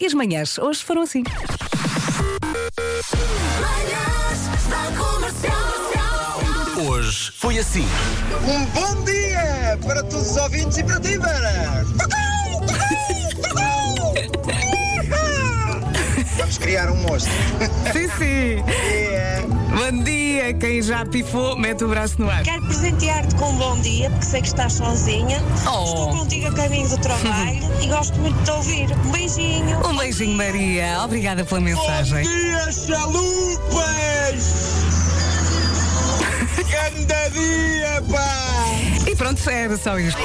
E as manhãs hoje foram assim. Hoje foi assim. Um bom dia para todos os ouvintes e para ti, Vera. Tucu, tucu, tucu. Uhá. Vamos criar um monstro. Sim, sim. É. Bom dia. Quem já pifou, mete o braço no ar. Quero presentear-te com um bom dia, porque sei que estás sozinha. Oh. Estou contigo a caminho do trabalho e gosto muito de te ouvir. Um beijinho. Um beijinho, Maria. Obrigada pela mensagem. dia, chalupas! Grande dia, pá! E pronto, era só isto.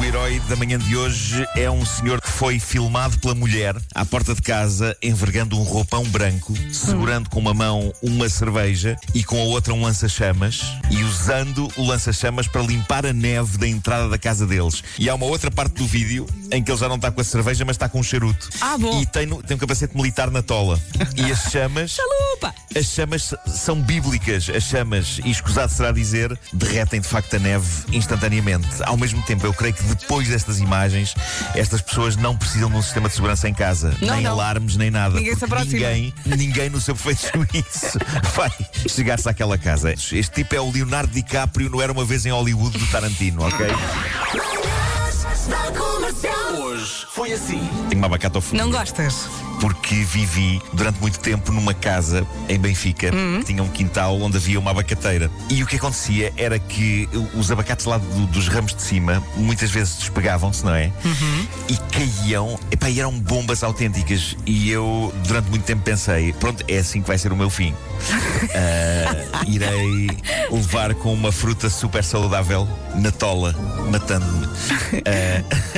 O herói da manhã de hoje é um senhor que foi filmado pela mulher à porta de casa, envergando um roupão branco, segurando com uma mão uma cerveja e com a outra um lança-chamas e usando o lança-chamas para limpar a neve da entrada da casa deles. E há uma outra parte do vídeo em que ele já não está com a cerveja, mas está com um charuto. Ah, bom. E tem, no- tem um capacete militar na tola. E as chamas. Chalupa! As chamas s- são bíblicas, as chamas, e escusado será dizer, derretem de facto a neve instantaneamente. Ao mesmo tempo, eu creio que depois destas imagens, estas pessoas não precisam de um sistema de segurança em casa, Não, nem não. alarmes, nem nada. Ninguém se porque aproxima. Ninguém, ninguém no seu perfeito juízo vai chegar-se àquela casa. Este tipo é o Leonardo DiCaprio, não era uma vez em Hollywood do Tarantino, ok? Hoje foi assim. Tenho uma abacate ao fundo Não gostas? porque vivi durante muito tempo numa casa em Benfica que tinha um quintal onde havia uma abacateira. E o que acontecia era que os abacates lá do- dos ramos de cima muitas vezes despegavam-se, não é? E caíam, epá, e eram bombas autênticas. E eu durante muito tempo pensei: pronto, é assim que vai ser o meu fim. Ah, irei levar com uma fruta super saudável na tola, matando-me.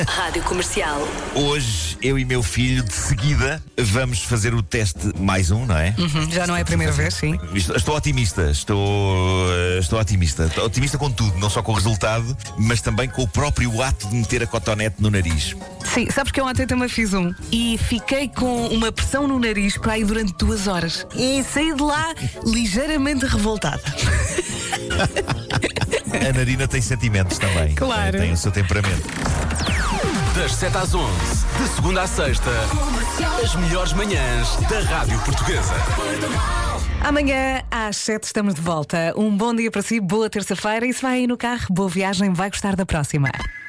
Rádio Comercial. Hoje, eu e meu filho, de seguida, vamos fazer o teste mais um, não é? Uhum, Já não é a primeira vez, sim. Estou, estou otimista, estou, eh, estou otimista. Estou otimista com tudo, não só com o resultado, mas também com o próprio ato de meter a cotonete no nariz. Sim, sabes que eu ontem também fiz um e fiquei com uma pressão no nariz para aí durante duas horas e saí de lá ligeiramente revoltada. A narina tem sentimentos também. Claro. Tem, tem o seu temperamento. Das 7 às 11, de segunda à sexta, as melhores manhãs da Rádio Portuguesa. Amanhã às sete estamos de volta. Um bom dia para si, boa terça-feira e se vai aí no carro, boa viagem, vai gostar da próxima.